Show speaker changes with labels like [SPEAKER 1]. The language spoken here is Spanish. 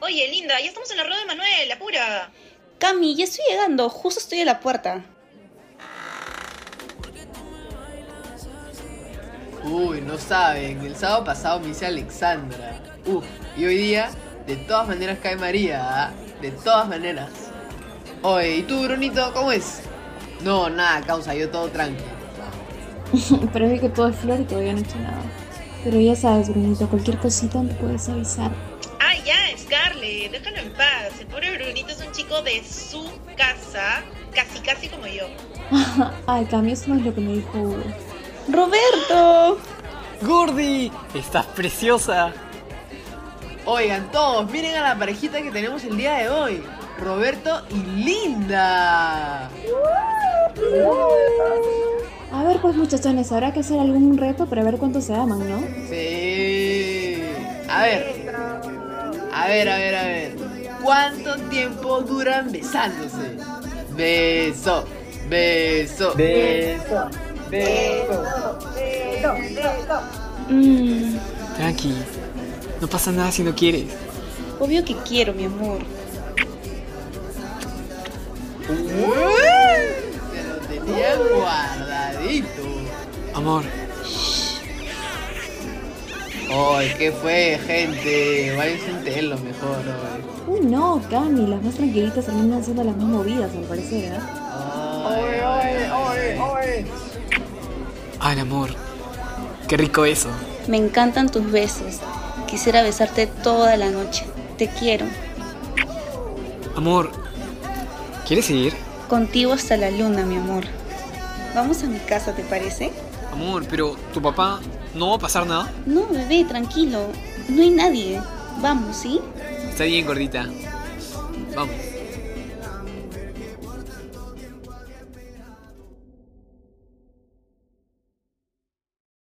[SPEAKER 1] Oye, linda, ya estamos en la rueda de Manuel, apura.
[SPEAKER 2] Cami, ya estoy llegando, justo estoy a la puerta.
[SPEAKER 3] Uy, no saben, el sábado pasado me hice Alexandra. Uf, y hoy día, de todas maneras cae María, ¿ah? De todas maneras. Oye, ¿y tú, Brunito, cómo es? No, nada, causa, yo todo tranquilo.
[SPEAKER 4] Parece que todo es flor y todavía no he hecho nada. Pero ya sabes, Brunito, cualquier cosita me puedes avisar.
[SPEAKER 1] Ay, ya, Scarlett, déjalo en paz. El pobre Brunito es un chico de su casa, casi casi como yo.
[SPEAKER 4] Ay, Cami, eso no es lo que me dijo Hugo.
[SPEAKER 2] ¡Roberto!
[SPEAKER 5] ¡Gordy! ¡Estás preciosa!
[SPEAKER 3] Oigan, todos, miren a la parejita que tenemos el día de hoy. Roberto y Linda.
[SPEAKER 4] A ver, pues muchachones, habrá que hacer algún reto para ver cuánto se aman, ¿no?
[SPEAKER 3] Sí. A ver. A ver, a ver, a ver. ¿Cuánto tiempo duran besándose? Beso, beso.
[SPEAKER 5] Beso, beso.
[SPEAKER 4] Mmm,
[SPEAKER 5] Tranqui, no pasa nada si no quieres.
[SPEAKER 2] Obvio que quiero, mi amor.
[SPEAKER 3] Se lo tenía guardadito.
[SPEAKER 5] Amor,
[SPEAKER 3] Ay, ¿qué fue, gente? Váyanse un telo mejor, ay.
[SPEAKER 4] uh, no, Cami, las más tranquilitas terminan siendo las más movidas, al parecer, ¿eh?
[SPEAKER 3] Ay, ay, ay.
[SPEAKER 5] al amor. Qué rico eso.
[SPEAKER 2] Me encantan tus besos. Quisiera besarte toda la noche. Te quiero.
[SPEAKER 5] Amor, ¿quieres seguir?
[SPEAKER 2] Contigo hasta la luna, mi amor. Vamos a mi casa, ¿te parece?
[SPEAKER 5] Amor, pero tu papá no va a pasar nada.
[SPEAKER 2] No, bebé, tranquilo. No hay nadie. Vamos, ¿sí?
[SPEAKER 5] Está bien, gordita. Vamos.